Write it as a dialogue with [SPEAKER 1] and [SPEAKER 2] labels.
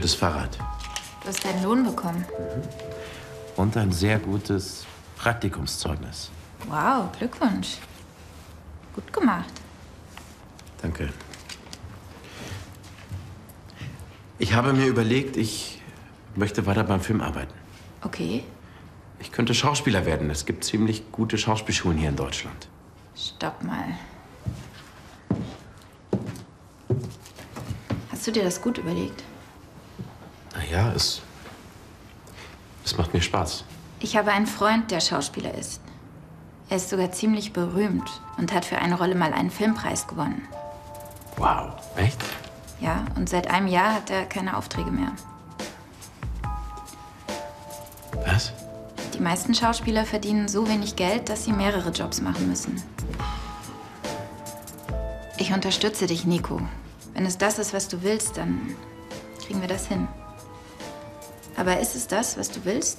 [SPEAKER 1] das Fahrrad.
[SPEAKER 2] Du hast deinen Lohn bekommen.
[SPEAKER 1] Und ein sehr gutes Praktikumszeugnis.
[SPEAKER 2] Wow, Glückwunsch. Gut gemacht.
[SPEAKER 1] Danke. Ich habe mir überlegt, ich möchte weiter beim Film arbeiten.
[SPEAKER 2] Okay,
[SPEAKER 1] Ich könnte Schauspieler werden. Es gibt ziemlich gute Schauspielschulen hier in Deutschland.
[SPEAKER 2] stopp mal. Hast du dir das gut überlegt?
[SPEAKER 1] Naja, es. Es macht mir Spaß.
[SPEAKER 2] Ich habe einen Freund, der Schauspieler ist. Er ist sogar ziemlich berühmt und hat für eine Rolle mal einen Filmpreis gewonnen.
[SPEAKER 1] Wow. Echt?
[SPEAKER 2] Ja, und seit einem Jahr hat er keine Aufträge mehr.
[SPEAKER 1] Was?
[SPEAKER 2] Die meisten Schauspieler verdienen so wenig Geld, dass sie mehrere Jobs machen müssen. Ich unterstütze dich, Nico. Wenn es das ist, was du willst, dann kriegen wir das hin. Aber ist es das, was du willst?